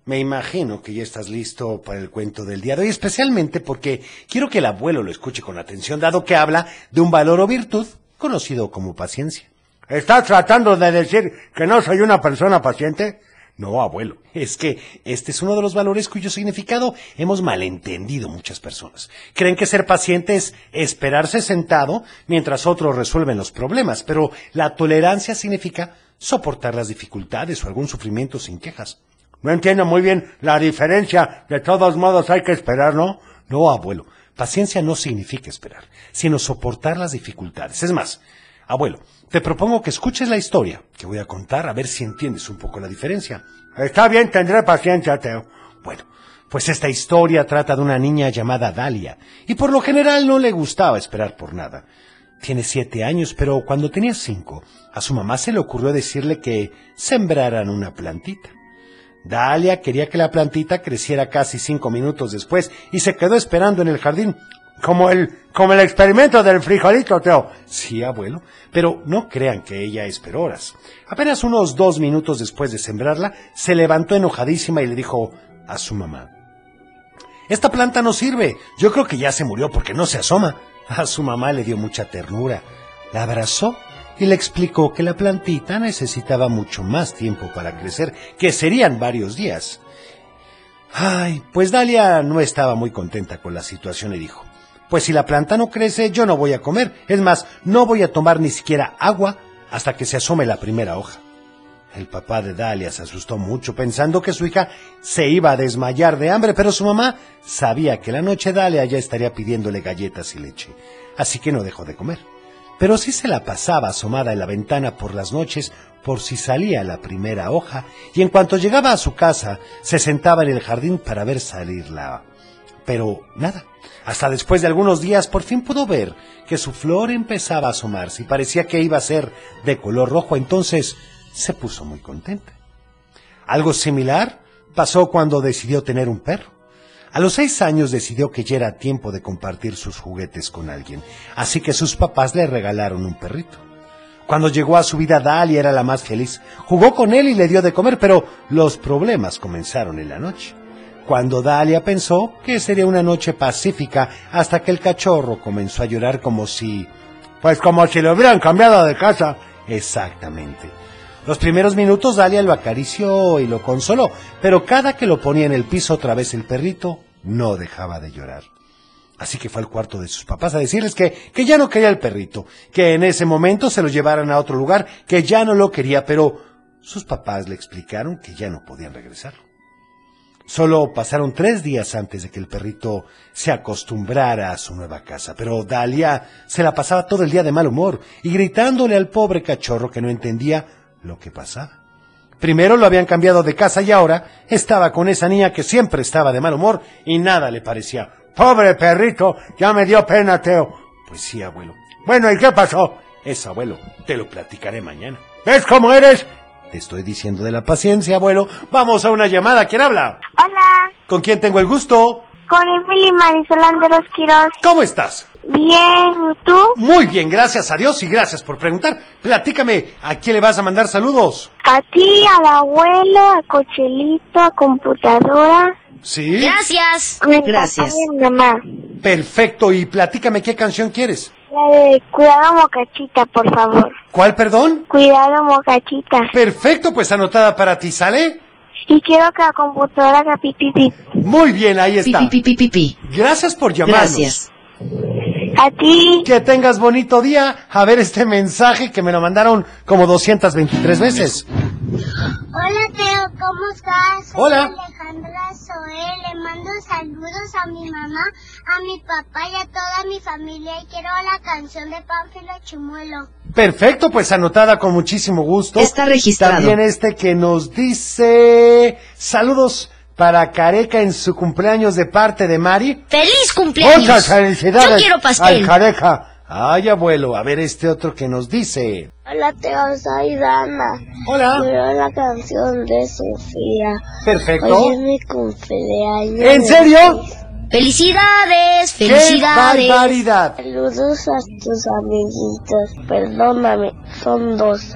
Speaker 1: me imagino que ya estás listo para el cuento del día de hoy, especialmente porque quiero que el abuelo lo escuche con atención, dado que habla de un valor o virtud conocido como paciencia.
Speaker 20: ¿Estás tratando de decir que no soy una persona paciente?
Speaker 1: No, abuelo, es que este es uno de los valores cuyo significado hemos malentendido muchas personas. Creen que ser paciente es esperarse sentado mientras otros resuelven los problemas, pero la tolerancia significa soportar las dificultades o algún sufrimiento sin quejas.
Speaker 20: No entiendo muy bien la diferencia. De todos modos hay que esperar, ¿no?
Speaker 1: No, abuelo, paciencia no significa esperar, sino soportar las dificultades. Es más, abuelo, te propongo que escuches la historia que voy a contar a ver si entiendes un poco la diferencia.
Speaker 20: Está bien, tendré paciencia, Teo.
Speaker 1: Bueno, pues esta historia trata de una niña llamada Dalia, y por lo general no le gustaba esperar por nada. Tiene siete años, pero cuando tenía cinco, a su mamá se le ocurrió decirle que sembraran una plantita. Dalia quería que la plantita creciera casi cinco minutos después y se quedó esperando en el jardín.
Speaker 20: Como el
Speaker 21: como el experimento del frijolito, Teo.
Speaker 1: Sí, abuelo, pero no crean que ella esperó horas. Apenas unos dos minutos después de sembrarla, se levantó enojadísima y le dijo a su mamá. Esta planta no sirve. Yo creo que ya se murió porque no se asoma. A su mamá le dio mucha ternura. La abrazó y le explicó que la plantita necesitaba mucho más tiempo para crecer, que serían varios días. Ay, pues Dalia no estaba muy contenta con la situación y dijo, pues si la planta no crece, yo no voy a comer. Es más, no voy a tomar ni siquiera agua hasta que se asome la primera hoja. El papá de Dalia se asustó mucho pensando que su hija se iba a desmayar de hambre, pero su mamá sabía que la noche Dalia ya estaría pidiéndole galletas y leche, así que no dejó de comer. Pero sí se la pasaba asomada en la ventana por las noches por si salía la primera hoja y en cuanto llegaba a su casa se sentaba en el jardín para ver salirla. Pero nada, hasta después de algunos días por fin pudo ver que su flor empezaba a asomarse y parecía que iba a ser de color rojo, entonces se puso muy contenta. Algo similar pasó cuando decidió tener un perro. A los seis años decidió que ya era tiempo de compartir sus juguetes con alguien, así que sus papás le regalaron un perrito. Cuando llegó a su vida Dalia era la más feliz. Jugó con él y le dio de comer, pero los problemas comenzaron en la noche. Cuando Dalia pensó que sería una noche pacífica hasta que el cachorro comenzó a llorar como si...
Speaker 21: Pues como si lo hubieran cambiado de casa.
Speaker 1: Exactamente. Los primeros minutos Dalia lo acarició y lo consoló, pero cada que lo ponía en el piso otra vez el perrito no dejaba de llorar. Así que fue al cuarto de sus papás a decirles que, que ya no quería el perrito, que en ese momento se lo llevaran a otro lugar, que ya no lo quería, pero sus papás le explicaron que ya no podían regresarlo. Solo pasaron tres días antes de que el perrito se acostumbrara a su nueva casa, pero Dalia se la pasaba todo el día de mal humor y gritándole al pobre cachorro que no entendía lo que pasaba. Primero lo habían cambiado de casa y ahora estaba con esa niña que siempre estaba de mal humor y nada le parecía.
Speaker 21: Pobre perrito, ya me dio pena, Teo.
Speaker 1: Pues sí, abuelo.
Speaker 21: Bueno, ¿y qué pasó?
Speaker 1: Es abuelo, te lo platicaré mañana.
Speaker 21: ¿Ves cómo eres?
Speaker 1: Te estoy diciendo de la paciencia, abuelo. Vamos a una llamada. ¿Quién habla?
Speaker 7: Hola.
Speaker 1: ¿Con quién tengo el gusto?
Speaker 7: Con Emily Marisol Anderos Quiroz.
Speaker 1: ¿Cómo estás?
Speaker 7: Bien, ¿tú?
Speaker 1: Muy bien, gracias a Dios y gracias por preguntar. Platícame, ¿a quién le vas a mandar saludos?
Speaker 7: A ti, al abuelo, a Cochelito, a computadora.
Speaker 1: ¿Sí?
Speaker 3: Gracias.
Speaker 7: a mi
Speaker 3: Gracias.
Speaker 7: papá y a mi mamá.
Speaker 1: Perfecto, y platícame qué canción quieres.
Speaker 7: La de Cuidado Mocachita, por favor.
Speaker 1: ¿Cuál, perdón?
Speaker 7: Cuidado Mocachita.
Speaker 1: Perfecto, pues anotada para ti, ¿sale?
Speaker 7: Y quiero que la computadora haga pipí, pipí.
Speaker 1: Muy bien, ahí está. Gracias por llamarnos.
Speaker 3: Gracias.
Speaker 7: A ti.
Speaker 1: Que tengas bonito día. A ver este mensaje que me lo mandaron como 223 veces.
Speaker 8: Hola Teo, ¿cómo estás? Soy
Speaker 1: Hola.
Speaker 8: Alejandra Zoe, le mando saludos a mi mamá, a mi papá y a toda mi familia y quiero la canción de Pánfilo Chimuelo.
Speaker 1: Perfecto, pues anotada con muchísimo gusto.
Speaker 3: Está registrado.
Speaker 1: También este que nos dice saludos para Careca en su cumpleaños de parte de Mari.
Speaker 3: ¡Feliz cumpleaños!
Speaker 1: Muchas felicidades.
Speaker 3: Yo quiero pastel.
Speaker 1: Al Careca. Ay, abuelo, a ver este otro que nos dice.
Speaker 8: Hola Teo, soy Dana.
Speaker 1: Hola.
Speaker 8: Quiero la canción de Sofía.
Speaker 1: Perfecto.
Speaker 8: mi cumpleaños.
Speaker 1: ¿En serio?
Speaker 3: ¡Felicidades!
Speaker 1: ¡Qué
Speaker 3: ¡Felicidades!
Speaker 1: barbaridad!
Speaker 8: Saludos a tus amiguitos. Perdóname, son dos.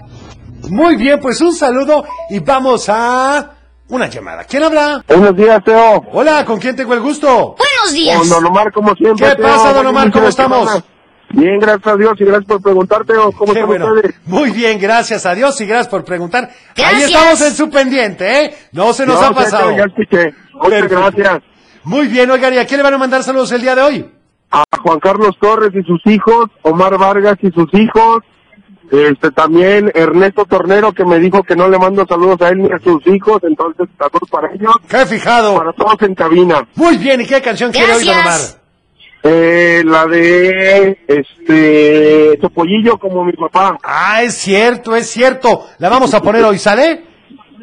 Speaker 1: Muy bien, pues un saludo y vamos a una llamada. ¿Quién habla?
Speaker 6: Buenos días, Teo.
Speaker 1: Hola, ¿con quién tengo el gusto?
Speaker 3: ¡Buenos días!
Speaker 22: Oh,
Speaker 6: Con Don Omar, como siempre.
Speaker 1: ¿Qué
Speaker 6: Teo.
Speaker 1: pasa, don
Speaker 6: Buen
Speaker 1: Omar?
Speaker 6: inicio
Speaker 1: ¿Cómo
Speaker 6: de
Speaker 1: estamos?
Speaker 6: semana. Bien, gracias a Dios y gracias por preguntar, Teo. ¿Cómo
Speaker 1: Qué
Speaker 6: están
Speaker 1: bueno.
Speaker 6: ustedes?
Speaker 1: Muy bien, gracias a Dios y gracias por preguntar. Ahí
Speaker 3: Gracias.
Speaker 1: estamos en su pendiente, ¿eh? No se nos
Speaker 6: No,
Speaker 1: ha pasado.
Speaker 6: Teo, Ya escuché. Muchas
Speaker 1: Perfecto.
Speaker 6: gracias.
Speaker 1: Muy bien, oigan, ¿y a quién le van a mandar saludos el día de hoy?
Speaker 6: a Juan Carlos Torres y sus hijos, Omar Vargas y sus hijos, este también Ernesto Tornero que me dijo que no le mando saludos a él ni a sus hijos, entonces saludos para ellos,
Speaker 1: ¡Qué fijado!
Speaker 6: para todos en cabina.
Speaker 1: Muy bien, ¿y qué canción quiere oír, don Omar?
Speaker 3: Gracias.
Speaker 6: Eh, la de este Topollillo como mi papá.
Speaker 1: Ah, es cierto, es cierto. La vamos a poner hoy, ¿sale?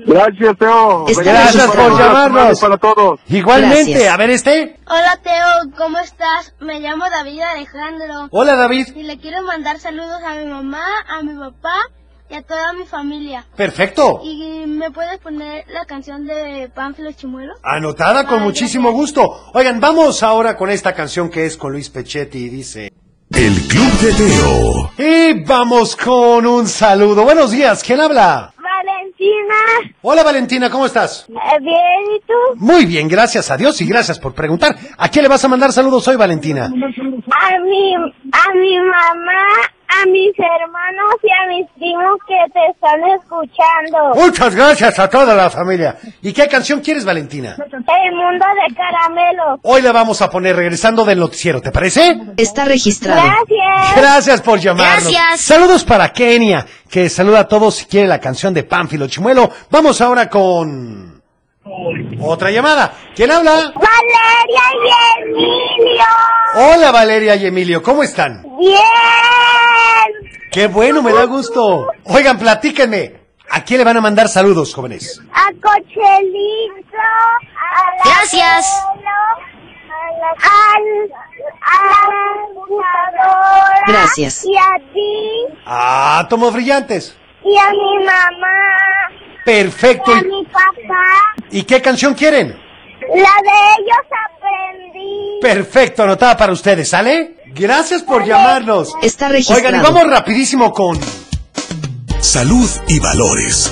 Speaker 6: Gracias, Teo.
Speaker 3: Está
Speaker 6: Bendiciones
Speaker 3: Gracias
Speaker 6: para
Speaker 3: por
Speaker 6: todos,
Speaker 1: llamarnos.
Speaker 6: Para todos.
Speaker 1: Igualmente,
Speaker 3: Gracias.
Speaker 1: a ver este.
Speaker 8: Hola Teo, ¿cómo estás? Me llamo David Alejandro
Speaker 1: Hola, David.
Speaker 8: y le quiero mandar saludos a mi mamá, a mi papá, y a toda mi familia.
Speaker 1: Perfecto.
Speaker 8: ¿Y me puedes poner la canción de Pánfilo Chimuelo?
Speaker 1: Anotada con muchísimo gusto. Oigan, vamos ahora con esta canción que es con Luis Pechetti y dice...
Speaker 2: El Club de Teo.
Speaker 1: Y vamos con un saludo. Buenos días, ¿quién habla?
Speaker 7: Valentina,
Speaker 1: Hola Valentina, ¿cómo estás?
Speaker 7: eh, bien, ¿y tú?
Speaker 1: Muy bien, gracias a Dios y gracias por preguntar. ¿A quién le vas a mandar saludos hoy, Valentina?
Speaker 7: A mi, a mi mamá, a mis hermanos y a mis primos que te están escuchando.
Speaker 1: Muchas gracias a toda la familia. ¿Y qué canción quieres, Valentina?
Speaker 7: El mundo de caramelo.
Speaker 1: Hoy la vamos a poner regresando del noticiero, ¿te parece?
Speaker 22: Está registrado.
Speaker 7: Gracias.
Speaker 1: Gracias por llamarnos.
Speaker 22: Gracias.
Speaker 1: Saludos para Kenia, que saluda a todos si quiere la canción de Pánfilo Chimuelo. Vamos ahora con otra llamada. ¿Quién habla?
Speaker 7: Valeria y Emilio.
Speaker 1: Hola Valeria y Emilio, ¿cómo están?
Speaker 7: Bien.
Speaker 1: Qué bueno, me da gusto. Oigan, platíquenme. ¿A quién le van a mandar saludos, jóvenes?
Speaker 7: A Cochelito. A la
Speaker 23: Gracias.
Speaker 7: Chelo, a la- al, a la computadora.
Speaker 1: Gracias.
Speaker 7: Y a ti.
Speaker 1: Átomos Ah, brillantes.
Speaker 7: Y a mi mamá.
Speaker 1: Perfecto.
Speaker 7: Y a mi papá.
Speaker 1: ¿Y qué canción quieren?
Speaker 7: La de ellos aprendí.
Speaker 1: Perfecto, anotada para ustedes, ¿sale? Gracias por llamarnos.
Speaker 22: Está
Speaker 1: Oigan, y vamos rapidísimo con...
Speaker 2: Salud y valores.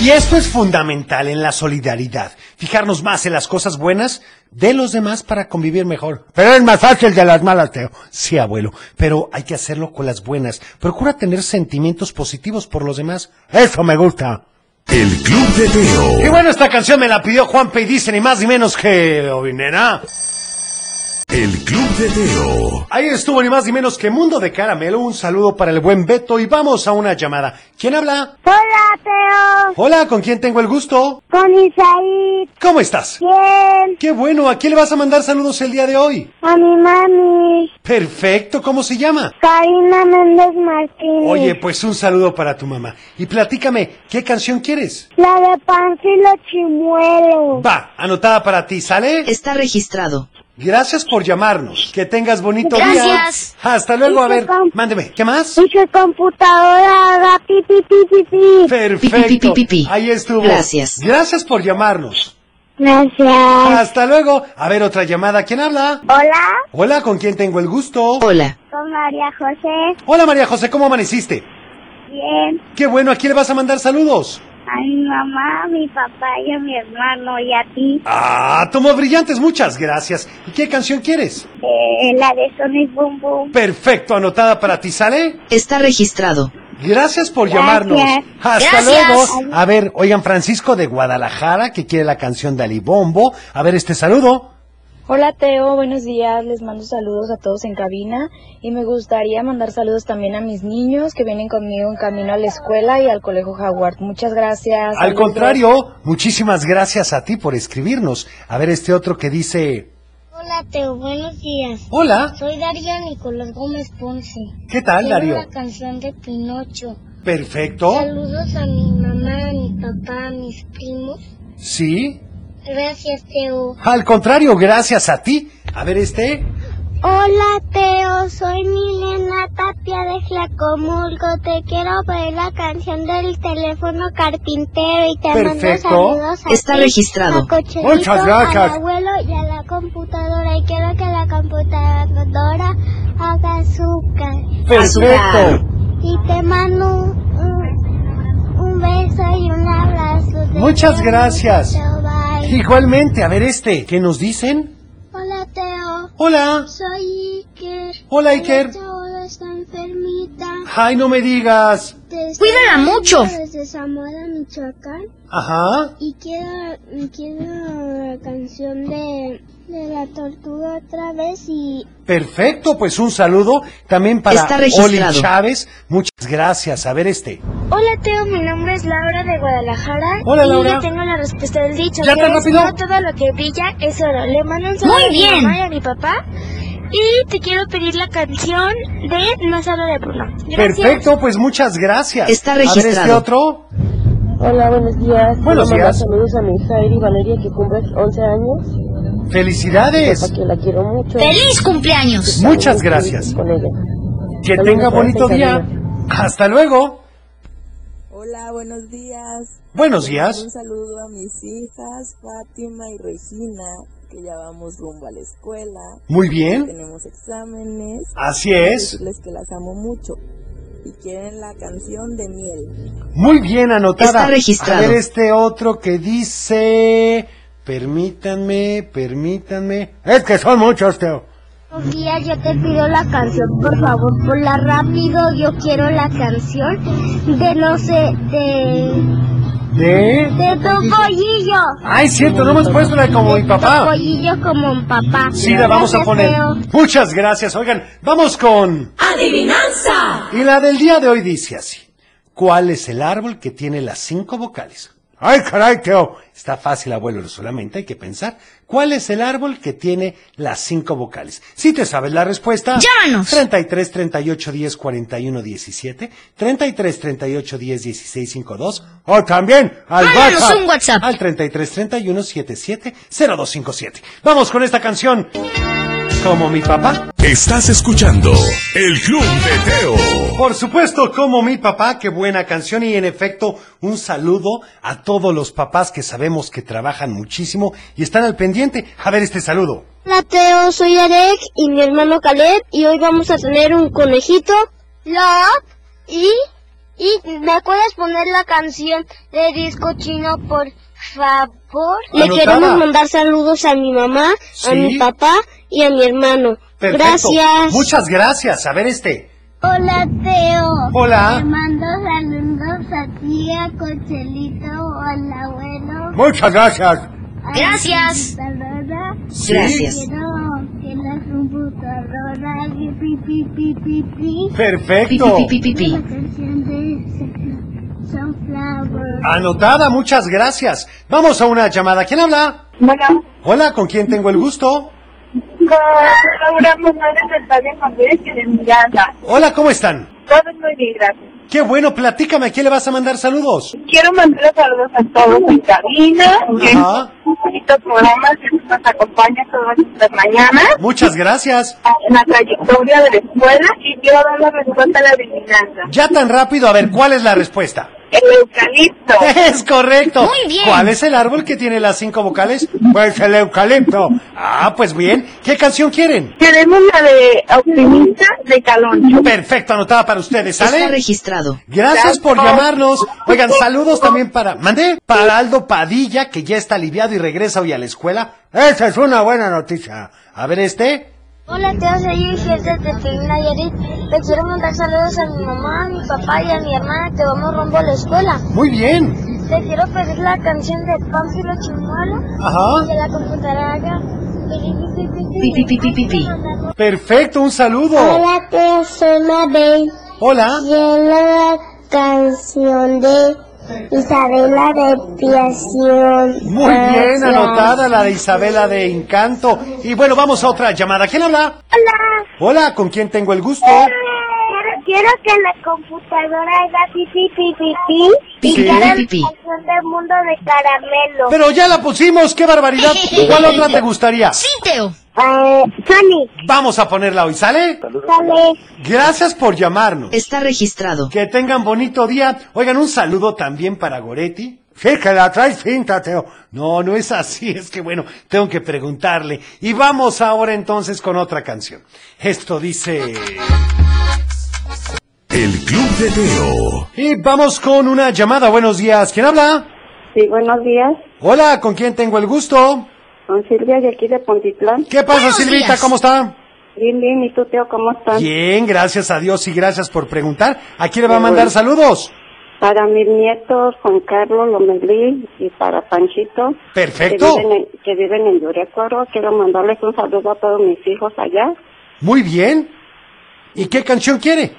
Speaker 1: Y esto es fundamental en la solidaridad. Fijarnos más en las cosas buenas de los demás para convivir mejor. Pero es más fácil de las malas, Teo. Sí, abuelo. Pero hay que hacerlo con las buenas. Procura tener sentimientos positivos por los demás. Eso me gusta.
Speaker 2: El Club de
Speaker 1: Y
Speaker 2: Teo.
Speaker 1: bueno, esta canción me la pidió Juan y dice ni más ni menos que... Oye, nena.
Speaker 2: El Club de Teo.
Speaker 1: Ahí estuvo ni más ni menos que Mundo de Caramelo. Un saludo para el buen Beto y vamos a una llamada. ¿Quién habla?
Speaker 7: Hola, Teo.
Speaker 1: Hola, ¿con quién tengo el gusto?
Speaker 7: Con Isaí.
Speaker 1: ¿Cómo estás?
Speaker 7: Bien.
Speaker 1: Qué bueno, ¿a quién le vas a mandar saludos el día de hoy?
Speaker 7: A mi mami.
Speaker 1: Perfecto, ¿cómo se llama?
Speaker 7: Karina Méndez Martínez.
Speaker 1: Oye, pues un saludo para tu mamá. Y platícame, ¿qué canción quieres?
Speaker 7: La de Pánfilo Chimuelo.
Speaker 1: Va, anotada para ti, ¿sale?
Speaker 22: Está registrado.
Speaker 1: Gracias por llamarnos. Que tengas bonito
Speaker 7: Gracias.
Speaker 1: día. Hasta luego, a ver,
Speaker 7: Disculpa.
Speaker 1: mándeme. ¿Qué más?
Speaker 7: Y su computadora haga pi, pi, pi, pi, pi.
Speaker 1: Perfecto.
Speaker 22: Pi, pi, pi, pi, pi.
Speaker 1: Ahí estuvo.
Speaker 22: Gracias.
Speaker 1: Gracias por llamarnos.
Speaker 7: Gracias.
Speaker 1: Hasta luego. A ver, otra llamada. ¿Quién habla?
Speaker 7: Hola,
Speaker 1: Hola, ¿con quién tengo el gusto?
Speaker 22: Hola.
Speaker 7: con María José.
Speaker 1: Hola, María José, ¿cómo amaneciste?
Speaker 7: Bien.
Speaker 1: Qué bueno, ¿a quién le vas a mandar saludos?
Speaker 7: A mi mamá, a mi papá y a mi hermano y a ti.
Speaker 1: Ah, tomo brillantes, muchas gracias. ¿Y qué canción quieres?
Speaker 7: Eh, la de Sonic Boom Boom.
Speaker 1: Perfecto, anotada para ti, ¿sale?
Speaker 22: Está registrado.
Speaker 1: Gracias por
Speaker 7: Gracias.
Speaker 1: llamarnos. Hasta
Speaker 7: Gracias.
Speaker 1: luego. A ver, oigan, Francisco de Guadalajara, que quiere la canción de Alibombo. A ver, este saludo.
Speaker 24: Hola Teo, buenos días, les mando saludos a todos en cabina y me gustaría mandar saludos también a mis niños que vienen conmigo en camino a la escuela y al colegio Howard. Muchas gracias.
Speaker 1: Al
Speaker 24: Saludos.
Speaker 1: contrario, muchísimas gracias a ti por escribirnos. A ver, este otro que dice,
Speaker 8: Hola, Teo, buenos días.
Speaker 1: hola,
Speaker 8: Soy Darío Nicolás Gómez Ponce.
Speaker 1: ¿qué tal,
Speaker 8: Quiero
Speaker 1: Darío?
Speaker 8: la canción de Pinocho.
Speaker 1: Perfecto.
Speaker 8: Saludos a mi mamá, a mi papá, a mis primos.
Speaker 1: Sí.
Speaker 8: Gracias, Teo.
Speaker 1: Al contrario, gracias a ti. A ver, este.
Speaker 8: Hola, Teo. Soy Milena Tapia de Flacomulco. Te quiero ver la canción del teléfono carpintero y te
Speaker 1: Perfecto.
Speaker 8: mando saludos a
Speaker 22: Está
Speaker 8: ti,
Speaker 22: registrado.
Speaker 8: a Cochelito,
Speaker 1: Muchas gracias.
Speaker 8: al abuelo y a la computadora. Y quiero que la computadora haga azúcar.
Speaker 1: Perfecto.
Speaker 8: Y te mando un, un- un beso y un abrazo. Te
Speaker 1: Muchas
Speaker 8: quiero
Speaker 1: gracias.
Speaker 8: mucho, bye.
Speaker 1: Igualmente, a ver este. ¿Qué nos dicen?
Speaker 8: Hola, Teo.
Speaker 1: Hola.
Speaker 8: Soy Iker.
Speaker 1: Hola, Iker.
Speaker 8: Ella ahora está enfermita.
Speaker 1: Ay, no me digas.
Speaker 8: Te
Speaker 23: Cuídala
Speaker 8: estoy
Speaker 23: mucho.
Speaker 8: llamando Desde Zamora, Michoacán.
Speaker 1: Ajá.
Speaker 8: Y quiero, quiero la canción de, de la tortuga otra vez y
Speaker 1: Perfecto, pues un saludo también para
Speaker 22: Está
Speaker 1: Oli
Speaker 22: registrado.
Speaker 1: Chávez. Muchas gracias. A ver este.
Speaker 25: Hola Teo, mi nombre es Laura de Guadalajara.
Speaker 1: Hola,
Speaker 25: y
Speaker 1: Laura.
Speaker 25: yo tengo la respuesta del dicho.
Speaker 1: Ya
Speaker 25: que
Speaker 1: tan
Speaker 25: es,
Speaker 1: rápido.
Speaker 25: No todo lo que brilla es oro. Le mando un saludo
Speaker 23: Muy
Speaker 25: a mi
Speaker 23: bien.
Speaker 25: mamá y a mi papá. Y te quiero pedir la canción de No solo de Bruno. Gracias.
Speaker 1: Perfecto, pues muchas gracias.
Speaker 22: Está
Speaker 1: A ver este
Speaker 22: registrado.
Speaker 1: otro.
Speaker 3: Hola, buenos días.
Speaker 1: Buenos
Speaker 3: Quiero mandar
Speaker 1: días.
Speaker 3: Saludos a mi hija Eri Valeria que cumple 11 años.
Speaker 1: Felicidades.
Speaker 3: Sepa que la quiero mucho.
Speaker 23: ¡Feliz cumpleaños!
Speaker 1: Muchas gracias.
Speaker 3: Con ella.
Speaker 1: Que tenga bonito día. Hasta luego.
Speaker 3: Hola, buenos días.
Speaker 1: Buenos días.
Speaker 3: Un saludo a mis hijas, Fátima y Regina, que ya vamos rumbo a la escuela.
Speaker 1: Muy bien.
Speaker 3: Ya Tenemos exámenes.
Speaker 1: Así
Speaker 3: Quiero
Speaker 1: es.
Speaker 3: Decirles que las amo mucho y quieren la canción de miel.
Speaker 1: Muy bien anotada.
Speaker 3: Está registrado.
Speaker 1: A ver este otro que dice... Permítanme, permítanme. Es que son muchos, Teo.
Speaker 8: Un día yo te pido la canción, por favor, ponla rápido. Yo quiero la canción de no sé, de.
Speaker 1: ¿De?
Speaker 8: de tu pollillo.
Speaker 1: ¿Eh? Ay, cierto, no hemos puesto la de como mi
Speaker 8: Tu
Speaker 1: papá.
Speaker 8: pollillo como un papá.
Speaker 1: Ah. Sí, la vamos a
Speaker 8: Gracias,
Speaker 1: poner.
Speaker 8: Teo.
Speaker 1: Muchas gracias. Oigan, vamos con...
Speaker 8: ¡Adivinanza!
Speaker 1: Y la del día de hoy dice así. ¿Cuál es el árbol que tiene las cinco vocales? Ay, caray, Teo. Está fácil, abuelo, solamente hay que pensar. ¿Cuál es el árbol que tiene las cinco vocales? Si te sabes la respuesta, llámanos. 33 38 10 41 17, 33 38 10 16 52, o también al
Speaker 26: Mándanos
Speaker 1: WhatsApp,
Speaker 26: un
Speaker 1: al 33 31 77 0257. Vamos con esta canción. Como mi papá.
Speaker 2: Estás escuchando El Club de Teo.
Speaker 1: Por supuesto, como mi papá, qué buena canción y en efecto un saludo a todos los papás que sabemos que trabajan muchísimo y están al pendiente. A ver este saludo.
Speaker 8: Hola Teo, soy Arek y mi hermano Caleb y hoy vamos a tener un conejito, Lop, y, y me puedes poner la canción de disco chino por favor. Le Anotada. queremos mandar saludos a mi mamá,
Speaker 1: Sí.
Speaker 8: a mi papá y a mi hermano.
Speaker 1: Perfecto.
Speaker 8: Gracias.
Speaker 1: Muchas gracias. A ver este.
Speaker 8: Hola Teo.
Speaker 1: Hola. Te
Speaker 8: mando saludos a ti, a Cochelito, al abuelo.
Speaker 26: Muchas gracias.
Speaker 8: Gracias.
Speaker 26: Sí. Gracias.
Speaker 1: Perfecto. Pi, pi, pi, pi, pi. Anotada, muchas gracias. Vamos a una llamada. ¿Quién habla?
Speaker 6: Bueno.
Speaker 1: Hola, ¿con quién tengo el gusto?
Speaker 6: Laura Morales del Padre Javier que de Miranda.
Speaker 1: Hola, ¿cómo están?
Speaker 6: Todo muy bien, gracias.
Speaker 1: Qué bueno, platícame, ¿a quién le vas a mandar saludos?
Speaker 6: Quiero mandar saludos a todos en cabina, que
Speaker 1: Ajá.
Speaker 6: estos bonitos programas que nos acompañan todas estas mañanas
Speaker 1: Muchas gracias.
Speaker 6: en la trayectoria de la escuela y quiero dar la respuesta a la adivinanza.
Speaker 1: Ya tan rápido, a ver, ¿cuál es la respuesta?
Speaker 6: El eucalipto.
Speaker 1: Es correcto.
Speaker 6: Muy bien.
Speaker 1: ¿Cuál es el árbol que tiene las cinco vocales? Pues el eucalipto. Ah, pues bien. ¿Qué canción quieren?
Speaker 6: Queremos la de Optimista de Caloncho.
Speaker 1: Perfecto, anotada para ustedes, ¿sale?
Speaker 27: Está registrado.
Speaker 1: Gracias por
Speaker 27: Gracias.
Speaker 1: llamarnos. Oigan, saludos también para... ¿Mandé? Para Aldo Padilla, que ya está aliviado y regresa hoy a la escuela. Esa es una buena noticia. A ver este.
Speaker 8: Hola Teo, soy Ujel de Tepic Nayarit. Te quiero mandar saludos a mi mamá, a mi papá y a mi hermana que vamos rumbo a la escuela.
Speaker 1: Muy bien.
Speaker 8: Te quiero pedir la canción de Pánfilo Chimuelo
Speaker 1: Ajá.
Speaker 8: y de la computadora.
Speaker 27: Pi, pi, pi, pi, pi, pi.
Speaker 1: Perfecto, un saludo.
Speaker 8: Hola Teo, soy Mabel.
Speaker 1: Hola.
Speaker 8: Quiero la canción de Isabela de Piación.
Speaker 1: Muy bien anotada la de Isabela de Encanto. Y bueno, vamos a otra llamada. ¿Quién habla?
Speaker 8: Hola.
Speaker 1: Hola, ¿con quién tengo el gusto?
Speaker 8: Eh, Quiero que la computadora haga pipi pipi
Speaker 1: Pi, pi,
Speaker 8: y haga
Speaker 1: pi, pi.
Speaker 8: la canción del mundo de caramelo.
Speaker 1: Pero ya la pusimos, qué barbaridad. ¿Cuál otra te gustaría? Sí,
Speaker 8: Teo.
Speaker 1: Vamos a ponerla hoy, ¿sale? Gracias por llamarnos.
Speaker 27: Está registrado.
Speaker 1: Que tengan bonito día. Oigan, un saludo también para Goretti. Sí, que la traes finta, Teo. No, no es así, es que bueno, tengo que preguntarle. Y vamos ahora entonces con otra canción. Esto dice...
Speaker 2: El Club de Teo.
Speaker 1: Y vamos con una llamada. Buenos días. ¿Quién habla?
Speaker 28: Sí, buenos días.
Speaker 1: Hola, ¿con quién tengo el gusto?
Speaker 28: Con Silvia de aquí de Pontitlán.
Speaker 1: ¿Qué pasa, Silvita? ¿Cómo está?
Speaker 28: Bien, bien. ¿Y tú, Teo, cómo estás?
Speaker 1: Bien, gracias a Dios y gracias por preguntar. ¿A quién le va a
Speaker 28: Qué
Speaker 1: mandar
Speaker 28: bueno.
Speaker 1: saludos?
Speaker 28: Para mis nietos, Juan Carlos Lomelí y para Panchito.
Speaker 1: Perfecto.
Speaker 28: Que viven en, que viven en Yurecoro. Quiero mandarles un saludo a todos mis hijos allá.
Speaker 1: Muy bien. ¿Y qué canción quiere?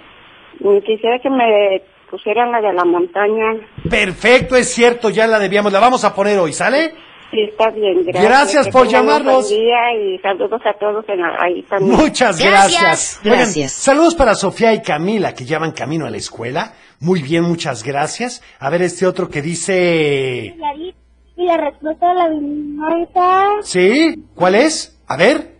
Speaker 28: Y Quisiera que me pusieran la de la montaña.
Speaker 1: Perfecto, es cierto, ya la debíamos. La vamos a poner hoy, ¿sale?
Speaker 28: Sí, está bien. Gracias.
Speaker 1: Gracias
Speaker 28: Que
Speaker 1: por
Speaker 28: tengan un
Speaker 1: llamarnos.
Speaker 28: Buen día y saludos a todos en, ahí también.
Speaker 1: Muchas gracias. Oigan,
Speaker 28: Gracias.
Speaker 1: saludos para Sofía y Camila, que ya van camino a la escuela. Muy bien, muchas gracias. A ver este otro que dice...
Speaker 8: Y la respuesta de la adivinanza
Speaker 1: ¿Sí? ¿Cuál es? A ver.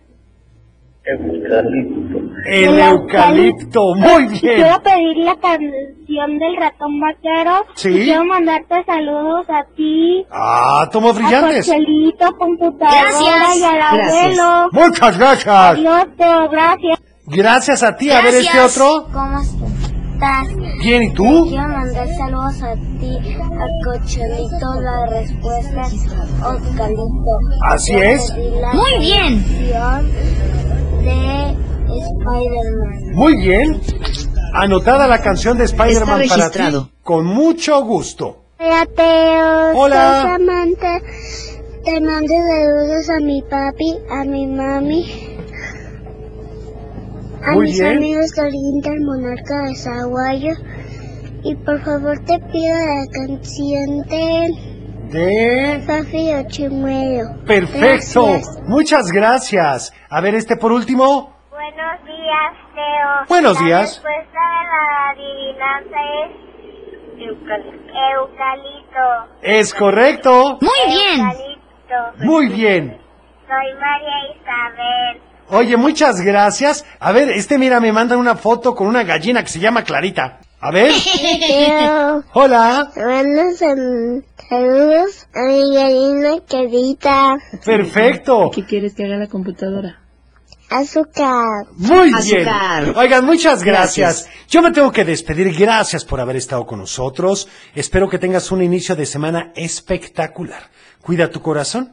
Speaker 6: El eucalipto, muy bien.
Speaker 7: Quiero pedir la canción del ratón vaquero.
Speaker 1: Sí.
Speaker 7: Y quiero mandarte saludos a ti.
Speaker 1: Ah, toma brillantes.
Speaker 7: A Cochelito, computadora
Speaker 29: Gracias.
Speaker 7: y al
Speaker 1: Gracias.
Speaker 7: abuelo.
Speaker 1: Muchas gracias.
Speaker 7: Adiós, Teo, gracias.
Speaker 1: Gracias a ti. A ver este
Speaker 7: Gracias.
Speaker 1: otro.
Speaker 8: ¿Cómo estás?
Speaker 1: Bien, ¿y tú?
Speaker 8: Quiero mandar saludos a ti, este a Cochelito, la respuesta es Oscarito.
Speaker 1: Así es.
Speaker 8: Muy bien. De Spider-Man.
Speaker 1: Muy bien. Anotada la canción de Spider-Man
Speaker 8: Está
Speaker 1: para
Speaker 8: registrado.
Speaker 1: ti. Con mucho gusto.
Speaker 8: Hola, Teo.
Speaker 1: Hola.
Speaker 8: Soy Samantha. Te mando saludos a mi papi, a mi mami. A
Speaker 1: Muy
Speaker 8: mis
Speaker 1: bien.
Speaker 8: amigos de Oriente, el monarca de Zaguayo. Y por favor te pido la canción de
Speaker 1: De...
Speaker 8: Fafi Ochimuelo.
Speaker 1: Perfecto.
Speaker 8: Gracias.
Speaker 1: Muchas gracias. A ver este por último.
Speaker 7: Buenos días, Teo.
Speaker 1: Buenos La días.
Speaker 7: respuesta de la adivinanza es eucalipto. Eucalipto.
Speaker 1: Es correcto. Muy bien.
Speaker 7: Soy María Isabel.
Speaker 1: Oye, muchas gracias. A ver, este mira, me manda una foto con una gallina que se llama Clarita. A ver.
Speaker 8: Teo,
Speaker 1: Hola.
Speaker 8: te mando sal- saludos a mi gallina querida.
Speaker 1: Perfecto.
Speaker 3: ¿Qué quieres que haga la computadora?
Speaker 8: Azúcar.
Speaker 1: Muy
Speaker 8: Azúcar.
Speaker 1: bien. Oigan, muchas gracias. Yo me tengo que despedir. Gracias por haber estado con nosotros. Espero que tengas un inicio de semana espectacular. Cuida tu corazón.